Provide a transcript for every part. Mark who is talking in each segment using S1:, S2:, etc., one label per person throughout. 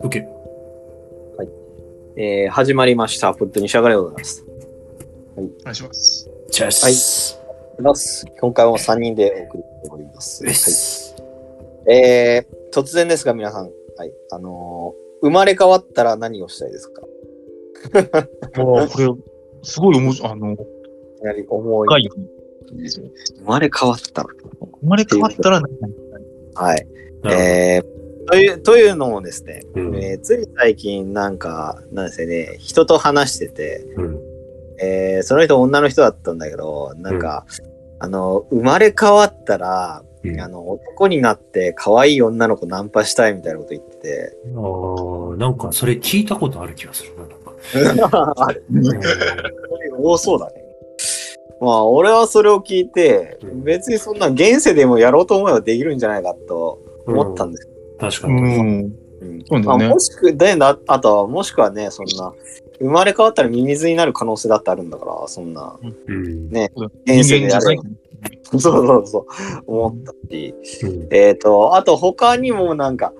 S1: OK。
S2: えー始まりました。フットにしゃがれでございます。
S3: お願いします。
S1: チェス。
S2: 今回も3人でお送りしております。
S1: ウェス。
S2: はい、えー突然ですが、皆さん。はい。あのー生まれ変わったら何をしたいですか
S3: ああ、これ、すごい面白い、あの、
S2: いきなり思
S3: 深
S2: い。
S3: い。
S2: 生まれ変わったら。
S3: 生まれ変わったら、
S2: はい。
S1: なる
S2: えーという、というのもですね、
S1: ほどうん
S2: えーつい最近なんか、なんですよね、人と話してて、
S1: うん
S2: えーその人女の人だったんだけど、なんか、あの、生まれ変わったら、
S1: うん
S2: あの、男になって可愛い女の子ナンパしたいみたいなこと言ってて、
S1: あーなんかそれ聞いたことある気がするな。なんか
S2: あれ多そうだね。まあ、俺はそれを聞いて
S1: う、ん
S2: 別にそんな現世でもやろうと思えばできるんじゃないかと
S1: うん
S2: 思ったんですけ
S1: 確か
S3: う
S1: に。
S3: ん。
S2: ど、うん
S3: そう
S2: ま
S3: だ
S2: あ、
S3: ね
S2: もしくでな、あとは、もしくはね、そんな、生まれ変わったらミミズになる可能性だってあるんだから、そん な、
S1: うん
S2: 現世
S3: 人
S2: で
S3: 間じ
S2: や
S3: ゃな
S2: れ
S3: い
S2: ば。。そうそうそう、思ったし。
S1: うん
S2: えっ、と、あと他にもなんか、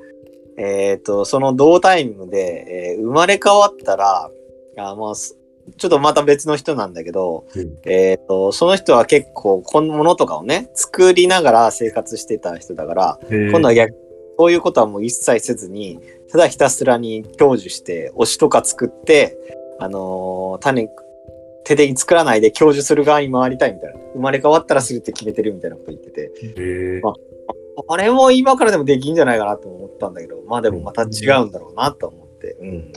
S2: えっ、と、その同タイミングで、えー生まれ変わったら、あまあ、すちょっとまた別の人なんだけど、
S1: うん
S2: えっ、と、その人は結構、このものとかをね、作りながら生活してた人だから、今度は逆、そういうことはもう一切せずに、ただひたすらに享受して、推しとか作って、あのー種、手で作らないで享受する側に回りたいみたいな。生まれ変わったらするって決めてるみたいなこと言ってて。
S1: えー
S2: まあれも今からでもできんじゃないかなと思ったんだけど、まあでもまた違うんだろうなと思って。うん。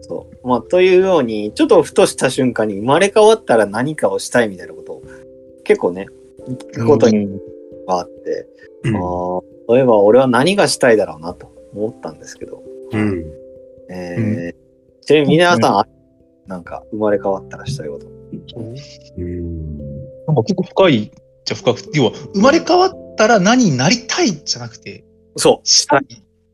S2: そう。まあというように、ちょっとふとした瞬間に生まれ変わったら何かをしたいみたいなことを結構ね、聞くことに
S3: うん
S2: はあって、
S1: うん
S2: あーそういえば俺は何がしたいだろうなと思ったんですけど、
S1: うん
S2: え
S3: う
S2: ー、ちなみに皆さん、あなんか生まれ変わったらしたいこと。
S1: うん
S3: なんか結構深い、じゃ深くて、要は、生まれ変わったら何になりたいじゃなくて、
S2: そ
S3: したい。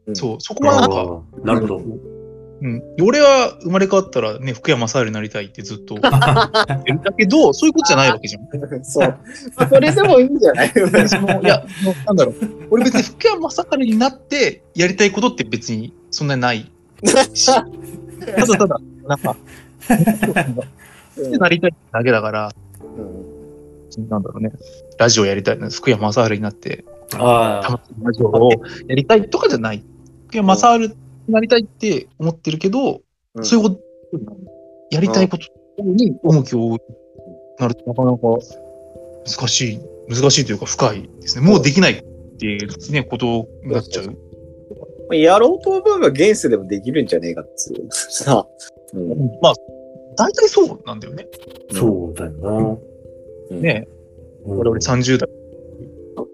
S2: うん
S3: そう、そこはな
S1: あ
S3: んか、
S1: ーなるほど。
S3: うん。俺は生まれ変わったらね、福山雅治になりたいってずっ と言っ
S1: あ
S3: てるだけど、そういうことじゃないわけじゃん。
S2: う。そう。それでもいいんじゃない
S3: そのいや、そのなんだろう、俺別に福山雅治になってやりたいことって別にそんなにない し、ただただ、なんか、なりたいだけだから、
S2: うん
S3: なんだろうね、ラジオやりたい、福山雅治になって、た
S1: あ
S3: まにラジオをやりたいとかじゃない。福山雅治になりたいって思ってるけど、
S2: うん
S3: そういうこと、やりたいことに重きを置いてなるとなかなか難しい、難しいというか深いですね。もうできないっていう、ね、ことになっちゃう。
S2: やろうと思えば現世でもできるんじゃねえかっつう。さあ。うん
S3: まあ、大体そうなんだよね。
S1: ー、そうだよ
S3: ね、
S1: な。
S3: 我々30代。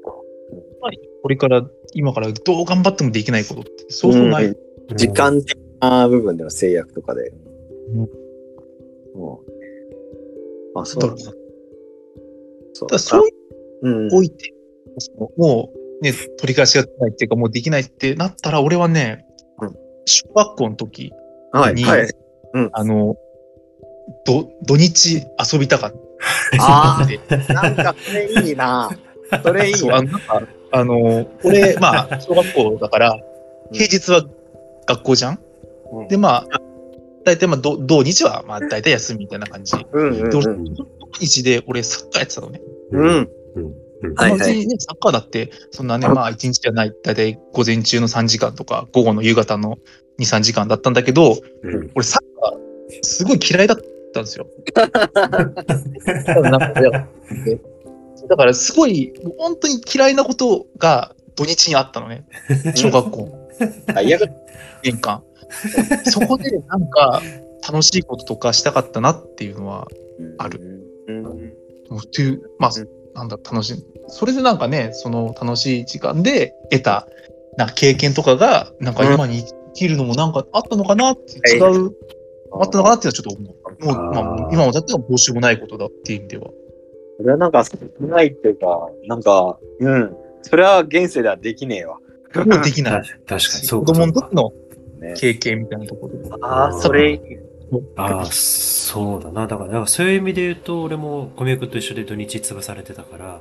S3: これから、今からどう頑張ってもできないことって、そうそうない。
S2: うん時間的な部分での制約とかで。
S3: ん
S2: もうあ、そ
S3: だ
S2: う
S3: か
S2: だ
S3: ら
S2: そ
S3: ただそういう
S2: うん
S3: のを置いて、そのもう、ね、取り返しがつかないっていうか、もうできないってなったら、俺はね
S2: うん、
S3: 小学校の時、
S2: はい。
S3: に
S2: はい。うん。
S3: あの、ど、土日遊びたかっ
S2: あ
S3: て、
S2: あ、なんかそれいいな。それいい
S3: そう
S2: な。
S3: あの、なんか、あの、 俺、まあ、小学校だから、平日は学校じゃん
S2: うん
S3: で、まあ、大体、まあ、ど土日は、まあ、大体休みみたいな感じ。
S2: うんうん
S3: で、
S2: う
S3: 俺、
S2: ん。
S3: 土日で俺、サッカーやってたのね。
S2: うん。は
S3: まあ
S2: いはい
S3: 別にね、サッカーだって、そんなね、
S2: うん
S3: まあ、一日じゃない、大体午前中の3時間とか、午後の夕方の2、3時間だったんだけど、
S1: うん
S3: 俺、サッカー、すごい嫌いだったんですよ。だからなんかいやだから、すごい、もう本当に嫌いなことが土日にあったのね、小学校。
S2: あ、いや、
S3: 玄関。そこでなんか楽しいこととかしたかったなっていうのは、ある
S2: うん。
S3: もうっていう、まあ
S2: うん、
S3: なんだ、楽しい。それでなんかね、その楽しい時間で得た、なんか経験とかが、なんか今に生きるのもなんかあったのかなって、
S2: い
S3: 違う、あったのかなっていうのはちょっと思う。もう、
S1: あー
S3: まあもう、今もだってはどうしようもないことだっていう意味では。
S2: それはなんか少ないっていうか、なんか、うん。それは現世ではできねえわ。
S3: もうできない。
S1: 確かに、そう
S3: 子
S1: かそ
S3: 供
S1: う
S3: の
S1: か
S3: 時。の
S2: ね
S3: 経験みたいなところで。
S2: ああ、それいい。
S1: ああ、そうだな。だから、だからそういう意味で言うと、俺も小宮君と一緒で土日潰されてたから、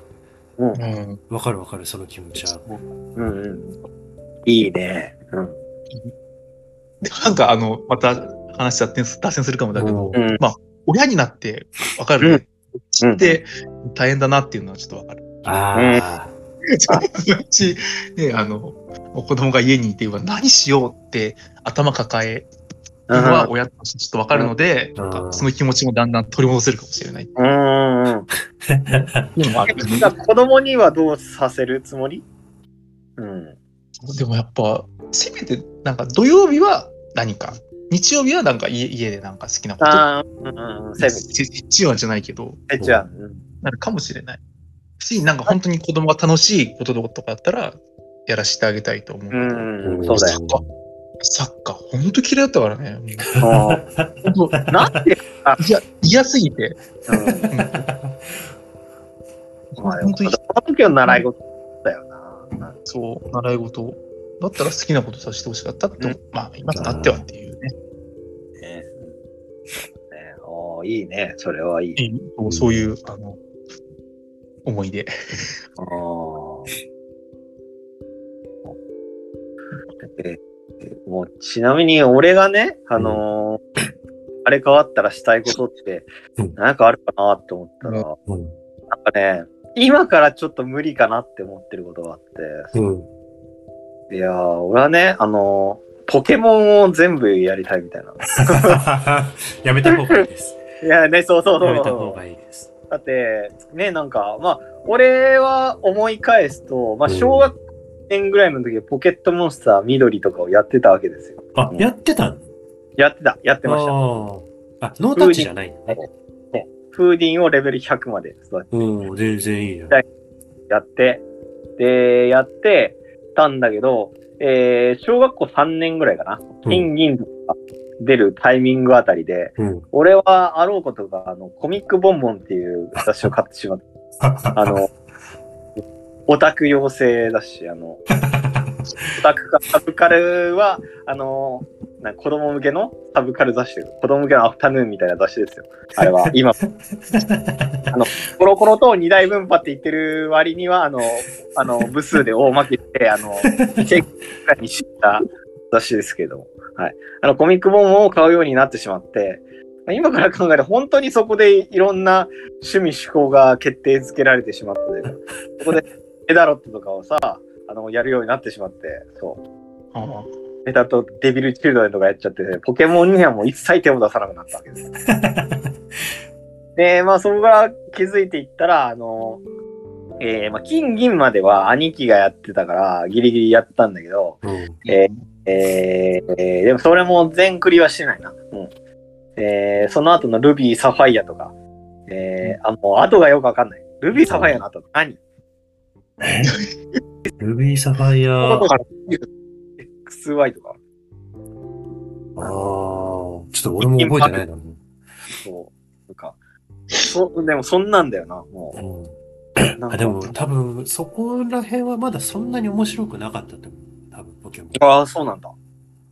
S3: うん。
S1: わかるわかる、その気持ちは。
S2: うんうん。いいね。うん。
S3: で、なんかあの、また話脱線す脱線するかもだけど、
S1: うん
S3: 親になってわかるね。知
S2: うん
S3: って大変だなっていうのはちょっとわかる。
S1: ああ、
S3: うち、ね、あの、子供が家にいて、うわ何しようって頭抱えるのは親としてちょっとわかるので、
S1: うん
S3: なんかその気持ちもだんだん取り戻せるかもしれない。
S2: うんうん。
S3: でもある
S2: じゃあ子供にはどうさせるつもりうん。
S3: でもやっぱ、せめて、なんか土曜日は何か、日曜日はなんか家家でなんか好きなこと。
S2: ああ、うんうん。セブン。
S3: 一応じゃないけど、
S2: え、じゃあ、うん
S3: なるかもしれない。し、なんか本当に子供が楽しいこととかだったら、やらせてあげたいと思う。
S2: うんうん、そうだよ。
S3: サッカー、サッカー、本当嫌いだったからね。 も
S2: あ
S3: う本当
S2: ーなんで、
S3: いや、嫌すぎて。
S2: うん、まあ、
S3: 本当に
S2: 子供の時の習い事だよな。
S3: そう、習い事だったら好きなことさせてほしかったって思う、まあ、今となってはっていうね。
S2: ねねおーいいね、それはいい。
S3: いいそうそういう、あの、思い出。
S2: あー えーもうちなみに俺がね、あのーあれ変わったらしたいことって
S1: うん、
S2: なんかあるかなって思ったら、
S1: うん。
S2: なんかね、今からちょっと無理かなって思ってることがあっ
S1: うん。
S2: て、いやー、俺はね、あのーポケモンを全部やりたいみたいな。
S1: やめた方がいいです。
S2: いやね、そうそうそ
S1: や
S2: う
S1: めた
S2: そ
S1: 方
S2: う。
S1: がいいです。
S2: だって、ね、なんか、まあ、俺は思い返すと、まあ、
S1: うん
S2: 小学年ぐらいの時はポケットモンスター緑とかをやってたわけですよ。
S1: あ、やってたの
S2: やってた、やってました。
S1: あーあ、ノータッチじゃないのね。
S2: 風鈴をレベル100まで育て
S1: うん、全然いいよ。
S2: やって、で、やってたんだけど、えー、小学校3年ぐらいかな。金銀とか出るタイミングあたりで、
S1: うん。
S2: 俺はあろうことが、あの、コミックボンボンっていう雑誌を買ってしまって、あの、オタク養成だし、あの、オタクかサブカルは、あの、なんか子供向けのサブカル雑誌、子供向けのアフタヌーンみたいな雑誌ですよ。あれは、今、コロコロと二大分派って言ってる割には、あの、あの、部数で大負けして、あの、チェックにした雑誌ですけれども、はい。あの、コミック本を買うようになってしまって、今から考える本当にそこでいろんな趣味嗜好が決定づけられてしまったというか、そこでペダロットとかをさ、あの、やるようになってしまって、そう。
S3: ああ
S2: メタとデビルチルドレンとかやっちゃって、ポケモンにはもう一切手を出さなくなったわけです。で、まあそこから気づいていったら、あの、えーまあ、金銀までは兄貴がやってたから、ギリギリやったんだけど、
S1: うん
S2: ええーえーでもそれも全クリはしてないな。うん。えーその後のルビー、サファイアとか、えーあ、もう後がよくわかんない。ルビー、サファイアの後何
S1: ルビーサファイア。 ああ、ちょ
S2: ?XY と
S1: っ
S2: か。
S1: と俺も覚えてないな。も
S2: そう。なんか、そう、でもそんなんだよな、も
S1: う
S2: う。
S1: うん
S2: なんか
S1: あでも多分そこら辺はまだそんなに面白くなかったと思う。多分ポケモン。
S2: ああ、そうなんだ。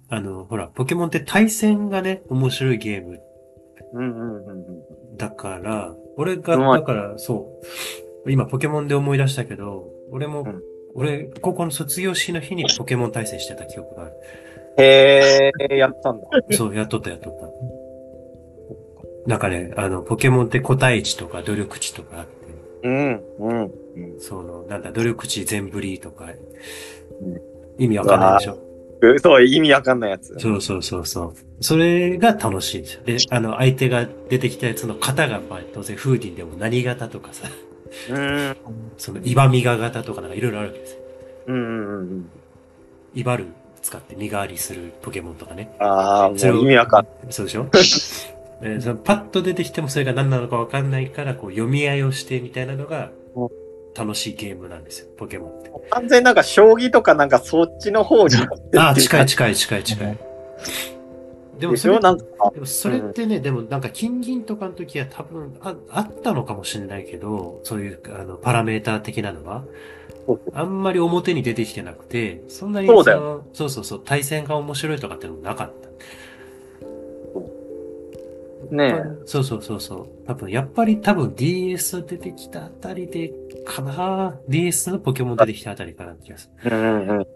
S1: あの、ほら、ポケモンって対戦がね、面白いゲーム
S2: うんうんうんうん。
S1: だから、俺が、
S2: うまい
S1: だから、そう。今、ポケモンで思い出したけど、俺も、
S2: うん
S1: 俺、高校の卒業式の日にポケモン対戦してた記憶があ る。
S2: へえ、やったんだ。
S1: そう、やっとった、やっとった。なんかね、あの、ポケモンって個体値とか努力値とかあって、
S2: うん、うん。
S1: その、なんだ、努力値全振りとか
S2: ん、
S1: 意味わかんないでしょ。
S2: そう、意味わかんないやつ。
S1: そうそうそうそう。それが楽しいんですよ。で、あの、相手が出てきたやつの型が、まあ、当然、フーディンでも何型とかさ、
S2: うん、
S1: その、イバミガ型とかなんかいろいろあるわけですよ。
S2: うん、うんうん。
S1: イバル使って身代わりするポケモンとかね。
S2: ああ、もう
S1: それを
S2: 意味わかんない。
S1: そうでしょ えーそのパッと出てきてもそれが何なのかわかんないから、こう、読み合いをしてみたいなのが
S2: う、
S1: 楽しいゲームなんですよ、ポケモンって。
S2: 完全になんか将棋とかなんかそっちの方に。
S1: ああ、近い近い近い近い。で
S2: で
S1: も
S2: し
S1: それ
S2: ょ、なんか。
S1: でもそれってね、でもなんか金銀とかの時は多分ああったのかもしれないけど、そういうあのパラメーター的なのは、
S2: そう
S1: あんまり表に出てきてなくて、そんなに
S2: そうだ
S1: のそうそうそう、対戦が面白いとかっていうのもなかった。
S2: ねえ
S1: そうそうそうそう。多分、やっぱり多分 DS 出てきたあたりで、かな DS のポケモン出てきたあたりかなって気がする。
S2: うんうんうん。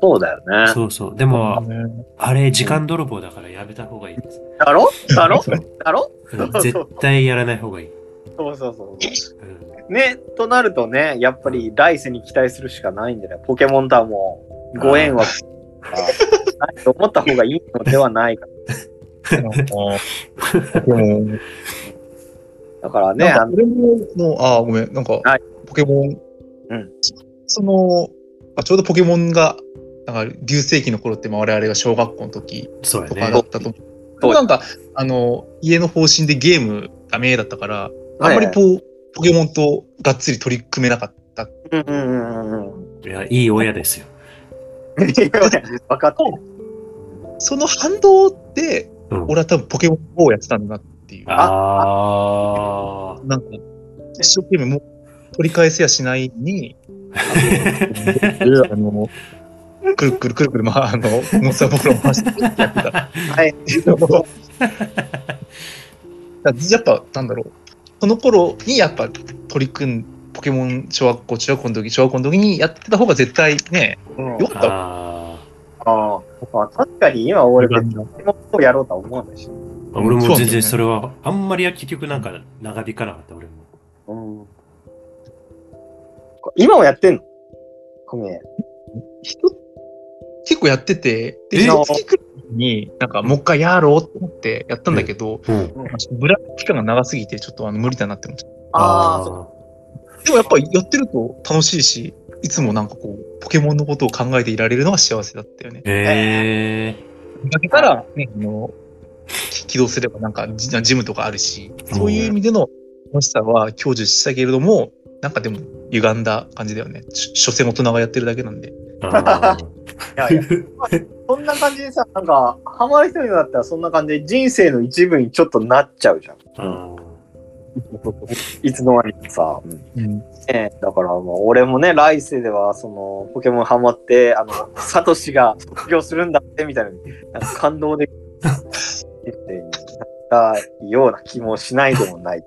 S2: そうだよね。
S1: そうそう。でも、あれ、時間泥棒だからやめた方がいいです。
S2: だろだろ
S1: そう
S2: だろ
S1: うん絶対やらない方がいい。
S2: そうそうそう
S1: うん
S2: ね、となるとね、やっぱり来世に期待するしかないんでね、ポケモンとはもうご縁は、あないと思った方がいいのではないか。
S3: うん
S2: だからね、
S3: な
S2: あ
S3: ん
S2: の
S3: か俺もの、あーごめん、なんか、
S2: はい
S3: ポケモン、
S2: うん
S3: そのあ、ちょうどポケモンが、なんか、流星期の頃って、まあ我々が小学校の時
S1: そうや
S3: と
S1: ね
S3: かだ。ったと思う。
S2: そう
S3: なんか、あの、家の方針でゲームダメだったから、あんまり
S2: ね
S3: こう、ポケモンとがっつり取り組めなかった。
S2: うんうんうんう
S1: い
S2: ん。
S1: や、いい親ですよ。
S2: 分かってる。
S3: その反動で、
S1: うん
S3: 俺は多分ポケモンをやってたんだなっていう。
S1: ああ。
S3: なんか、一生懸命もう取り返せやしないに、あの、くるくるくるくる、まあ、あの、モンスターボールを回してやってた。
S2: はい。
S3: やっぱ、なんだろう。その頃に、やっぱ、取り組ん、ポケモン小学校、中学校の時、小学校の時にやってた方が絶対ね、よかった。
S1: あ
S2: ああ、まあ、確かに今俺別にポケモンをやろうとは思わないし。
S1: ー俺も全然それは、あんまり結局なんか長引かなかった、俺も。
S2: うん。今もやってんのごめん。
S3: 人結構やってて、
S2: え
S3: で、一月くらいに、なんか、もう一回やろうと思ってやったんだけど、
S1: うん。
S2: うん
S3: ブラック期間が長すぎて、ちょっとあの無理だなって思っちゃっ
S2: ああ、そう。
S1: う。
S3: た。でもやっぱやってると楽しいし、いつもなんかこう、ポケモンのことを考えていられるのが幸せだったよね。
S1: え
S3: 見かけたら、ね、あのき起動すればなんかジジムとかあるし、そういう意味での楽しさは享受したけれども、なんかでも歪んだ感じだよね。し所詮大人がやってるだけなんで。
S1: えあー。
S2: いやいやそんな感じでさ、なんか、ハマる人になったらそんな感じで人生の一部にちょっとなっちゃ うじゃん。
S1: あー
S2: いつの間にかさ。
S3: うん、
S2: ねだからもう俺もね、来世ではそのポケモンハマって、あの、サトシが卒業するんだってみたいな、なんか感動できる 人生になったような気もしないでもない。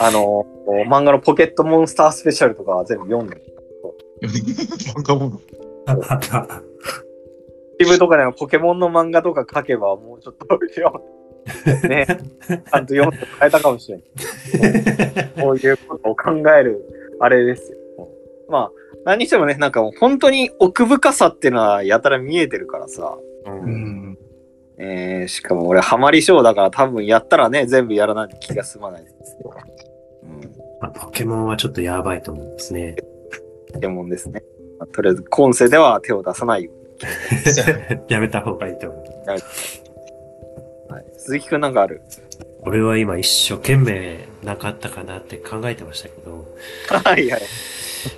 S2: あの、漫画のポケットモンスタースペシャルとかは全部読んでる。
S3: 漫画も。
S2: リブとかでもポケモンの漫画とか書けばもうちょっと 読んで、ね、ちゃんと読んでもらえたかもしれない。こういうことを考える、あれですよ。まあ、何にしてもね、なんかもう本当に奥深さっていうのはやたら見えてるからさ。
S3: うん。
S2: えーしかも俺、ハマり性だから多分やったらね、全部やらないと気が済まないですよ。うん。
S1: まあ ポケモンはちょっとやばいと思うんですね。
S2: ポケモンですね。まあとりあえず、今世では手を出さないよう
S1: やめた方がいいと思う。
S2: に。はいはい、鈴木くんなんかある
S1: 俺は今一生懸命なかったかなって考えてましたけど、
S2: はいはい。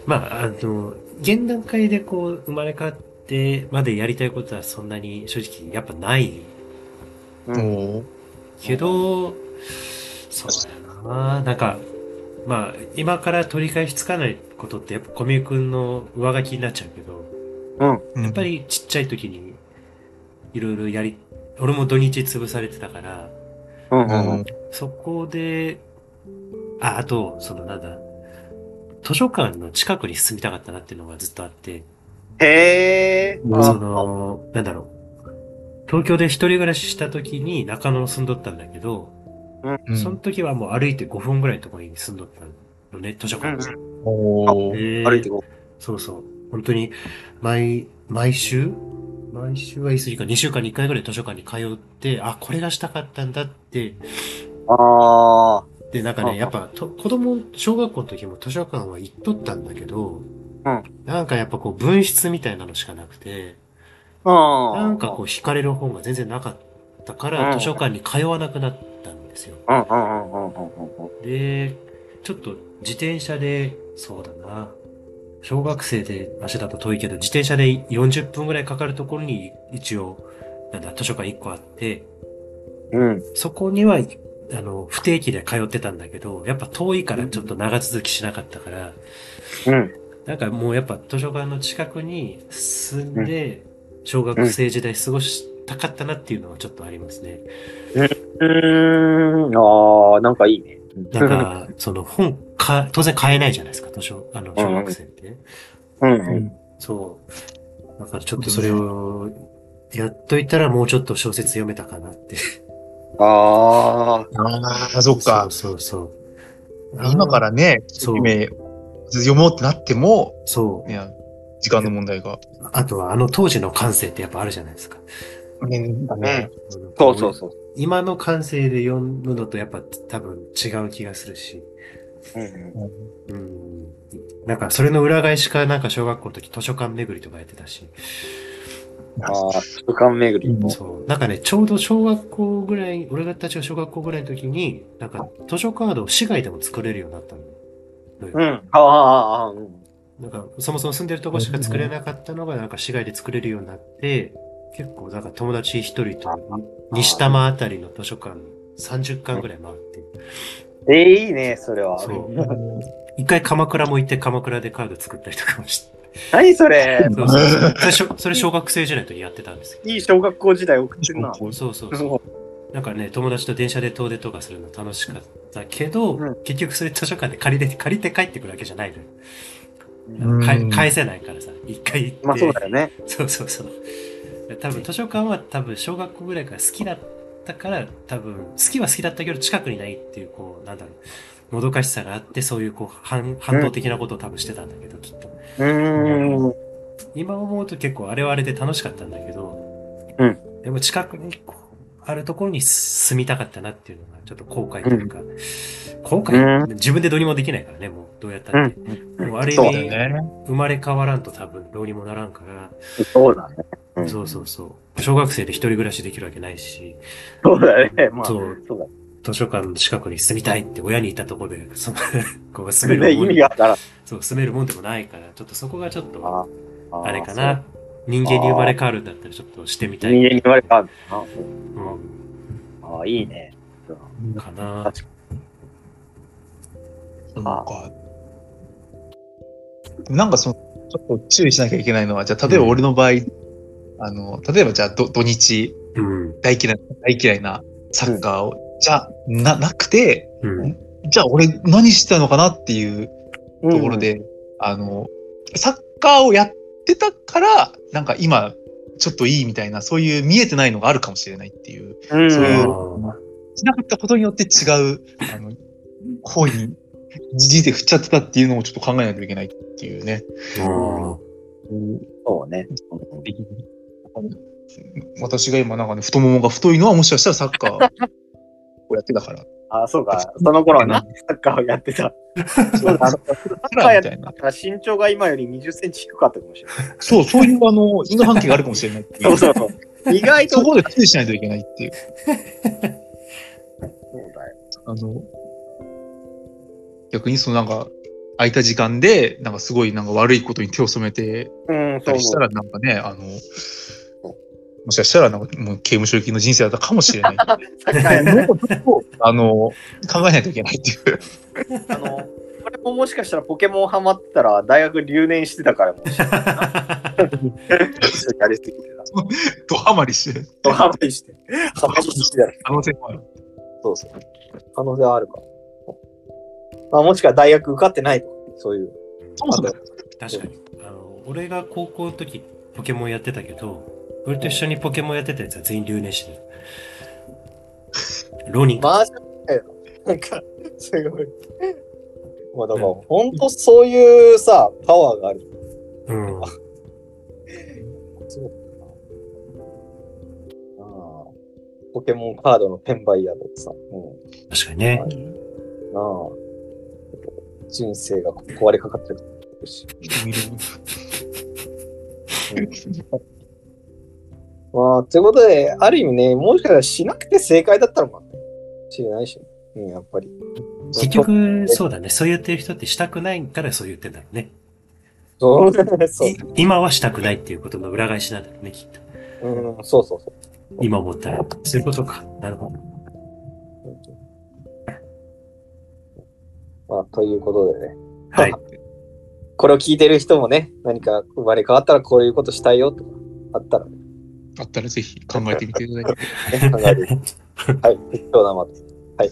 S1: まあ、あの、現段階でこう、生まれ変わってまでやりたいことはそんなに正直やっぱない
S2: うん。
S3: もう
S1: けど、そうだな。なんか、まあ、今から取り返しつかないことってやっぱ小宮君の上書きになっちゃうけど、
S3: や
S1: やっぱ、りちっちゃい時にいろいろやり、俺も土日潰されてたから、
S2: うん
S3: う
S2: うんうん
S3: ん、
S1: そこで、あ、あと、そのなんだ、図書館の近くに住みたかったなっていうのがずっとあって、
S2: へえ。
S1: その、なんだろう。東京で一人暮らしした時に中野に住んどったんだけど、
S3: う
S1: その
S3: ん。
S1: 時はもう歩いて5分ぐらいのところに住んどったのね、図書館
S2: う
S3: おー
S1: で
S2: 歩いてこ
S1: そうそう。本当に、毎、毎週毎週は言い過ぎか、2週間に1回ぐらい図書館に通って、あ、これがしたかったんだって、
S2: う。ああ。
S1: で、なんか
S2: ああ
S1: ね、やっぱ、と子供、小学校の時も図書館は行っとったんだけど、
S2: うん
S1: なんかやっぱこう、文室みたいなのしかなくて、
S2: ああ。
S1: なんかこう、惹かれる本が全然なかったか
S2: う
S1: ら、
S2: ん
S1: 図書館に通わなくなったんですよ。
S2: うんうんうんうんうんうん。
S1: で、ちょっと自転車で、そうだな。小学生で足だと遠いけど、自転車で40分ぐらいかかるところに一応、なんだ、図書館1個あって、
S2: うん。
S1: そこには、あの、不定期で通ってたんだけど、やっぱ遠いからちょっと長続きしなかったから、
S2: うん。
S1: なんかもうやっぱ図書館の近くに住んで、小学生時代過ごしたかったなっていうのはちょっとありますね。
S2: うーん、ああ、なんかいいね。
S1: なんか、その本か、当然買えないじゃないですか、図書、あの、小学生ってね。
S2: うんう。
S1: うんんそう。だからちょっとそれを、やっといたらもうちょっと小説読めたかなって。
S2: ああ、
S3: ああ、そっか。
S1: そうそうそう。
S3: 今からね、
S1: そう
S3: 夢読もうってなっても、
S1: そ
S3: いや、時間の問題が。
S1: う。あとはあの当時の感性ってやっぱあるじゃないですか。
S3: ね、
S2: ねそうそうそう。
S1: 今の感性で読むのとやっぱ多分違う気がするし。
S2: うんうん
S1: うん。なんかそれの裏返しかなんか小学校の時図書館巡りとかやってたし。
S2: ああ、図書館巡りも。
S1: そう。なんかね、ちょうど小学校ぐらい、俺たちが小学校ぐらいの時に、なんか図書カードを市外でも作れるようになったのよ。
S2: うん。ああ、ああ、うん。
S1: なんか、そもそも住んでるとこしか作れなかったのが、なんか市外で作れるようになって、結構、なんか友達一人と、西多摩あたりの図書館、30巻ぐらい回って、
S2: ええいいね、それは。
S1: そう一回鎌倉も行って鎌倉でカード作ったりとかもして、
S2: 何それ
S1: そうそうそうそれ しょそれ小学生時代の時にやってたんですけ
S2: いい小学校時代送ってんな。
S1: ど、そうそう
S2: す
S1: そ。
S2: ごいう
S1: なんかね、友達と電車で遠出とかするの楽しかったけど、
S2: うん
S1: 結局それ図書館で借りて、借りて帰ってくるわけじゃないのよ。
S3: うん
S1: か返せないからさ、一回行って。
S2: まあそうだよね。
S1: そうそうそう。多分図書館は多分小学校ぐらいから好きだったから多分好きは好きだったけど近くにないっていうこうなんだろうもどかしさがあってそういうこう反反動的なことを多分してたんだけどきっと
S2: うーん。
S1: 今思うと結構あれはあれで楽しかったんだけど、
S2: うん
S1: でも近くにこうあるところに住みたかったなっていうのがちょっと後悔というか、後悔、
S2: う
S1: 自分でどうにもできないからねもうどうやった
S2: う
S1: って、
S2: ん。
S1: でもある意
S2: そう
S1: 味、
S2: だ
S3: ね。
S1: 生まれ変わらんと多分どうにもならんから、
S2: そうだね。うん
S1: そうそうそう。小学生で一人暮らしできるわけないし、
S2: そうだよね。まあ、
S1: そ
S2: そううだよ
S1: 図書館の近くに住みたいって親にいたところで、その こう住
S2: ね。
S1: める
S2: 意
S1: もん
S2: 味があるから。
S1: そう住めるもんでもないから、ちょっとそこがちょっと、
S2: あ
S1: あれか。な。人間に生まれ変わるんだったらちょっとしてみ
S2: そ
S1: た
S2: う
S1: い。
S2: 人間に言われたんだな。
S1: うん
S2: ああ、いいね。
S1: かな。
S2: 確か
S3: なんか、なんかその、ちょっと注意しなきゃいけないのは、じゃあ、例えば俺の場合、あの、例えばじゃあ、ど土日、
S1: うん。
S3: 大嫌い、大嫌いなサッカーを、じゃな、なくて、
S1: うん。
S3: じゃあ俺何してたのかなっていう
S2: に
S3: ところ。で、あの、サッカーをやってたから、なんか今、ちょっといいみたいな、そういう見えてないのがあるかもしれないっていう、
S2: うん。
S3: そういう
S1: あ
S3: しなかったことによって違う、あの、行為に、じじいで振っちゃってたっていうのをちょっと考えないといけないっていうね。
S1: ー あ
S2: そうね。
S3: 私が今なんかね、太ももが太いのはもしかしたらサッカーをやってたから。
S2: ああ、そうか。その頃はな、サッカーをやってた。そうだ、あのサッカーや
S3: み
S2: って
S3: たいな。
S2: たら身長が今より20センチ低かったかもしれない。
S3: そう、そういうあの、因果関係があるかもしれないってい
S2: そう
S3: う。
S2: そうそう。意外と。
S3: そこで注意しないといけないっていう。
S2: そうだよ。
S3: あの、逆にそのなんか、空いた時間で、なんかすごいなんか悪いことに手を染めて
S2: うん、
S3: た
S2: そう
S3: りし
S2: そ
S3: た
S2: う。
S3: ら、なんかね、あの、もしかしたらなんかもう刑務所行きの人生だったかもし れない。
S2: サッカーやって
S3: もうちょっとあの、考えないといけないっていう。
S2: あの、これももしかしたらポケモンハマってたら大学留年してたからもしれない、
S1: ー
S2: やりすぎてた。
S3: ドハマりしてる
S2: ドハマりして。ハマりしてたら。
S3: 可能性もある。
S2: そうそう。可能性はあるか。まあ、もしくは大学受かってないとかそういう。
S3: そもそも
S2: あと
S1: 確かに。あの、俺が高校の時、ポケモンやってたけど、俺と一緒にポケモンやってたやつは全員留年してる。浪人
S2: マージャンだよ。なんか、すごい。まあ、だから、ほんとそういうさ、パワーがある。
S1: うん。
S2: そうだな。ああ。ポケモンカードの転売ヤーとかさ。うん。
S1: 確かにね。
S2: なあ。人生が壊れかかってるし。まあ、ということで、ある意味ね、もしかしたらしなくて正解だったのかもしれないし、うん、やっぱり。
S1: 結局、そうだね。そう言ってる人ってしたくないからそう言ってんだろうね。
S2: そう、そう
S1: い、今はしたくないっていうことの裏返しなんだろうね、きっと。
S2: うん、そうそうそう。
S1: 今思ったら。そういうことか。なるほど。
S2: まあ、ということでね、
S1: はい。
S2: これを聞いてる人もね、何か生まれ変わったらこういうことしたいよとかあったらね、
S3: あったらぜひ考えてみていただいて。
S2: ね考えてみてはい、適当なまって。はい。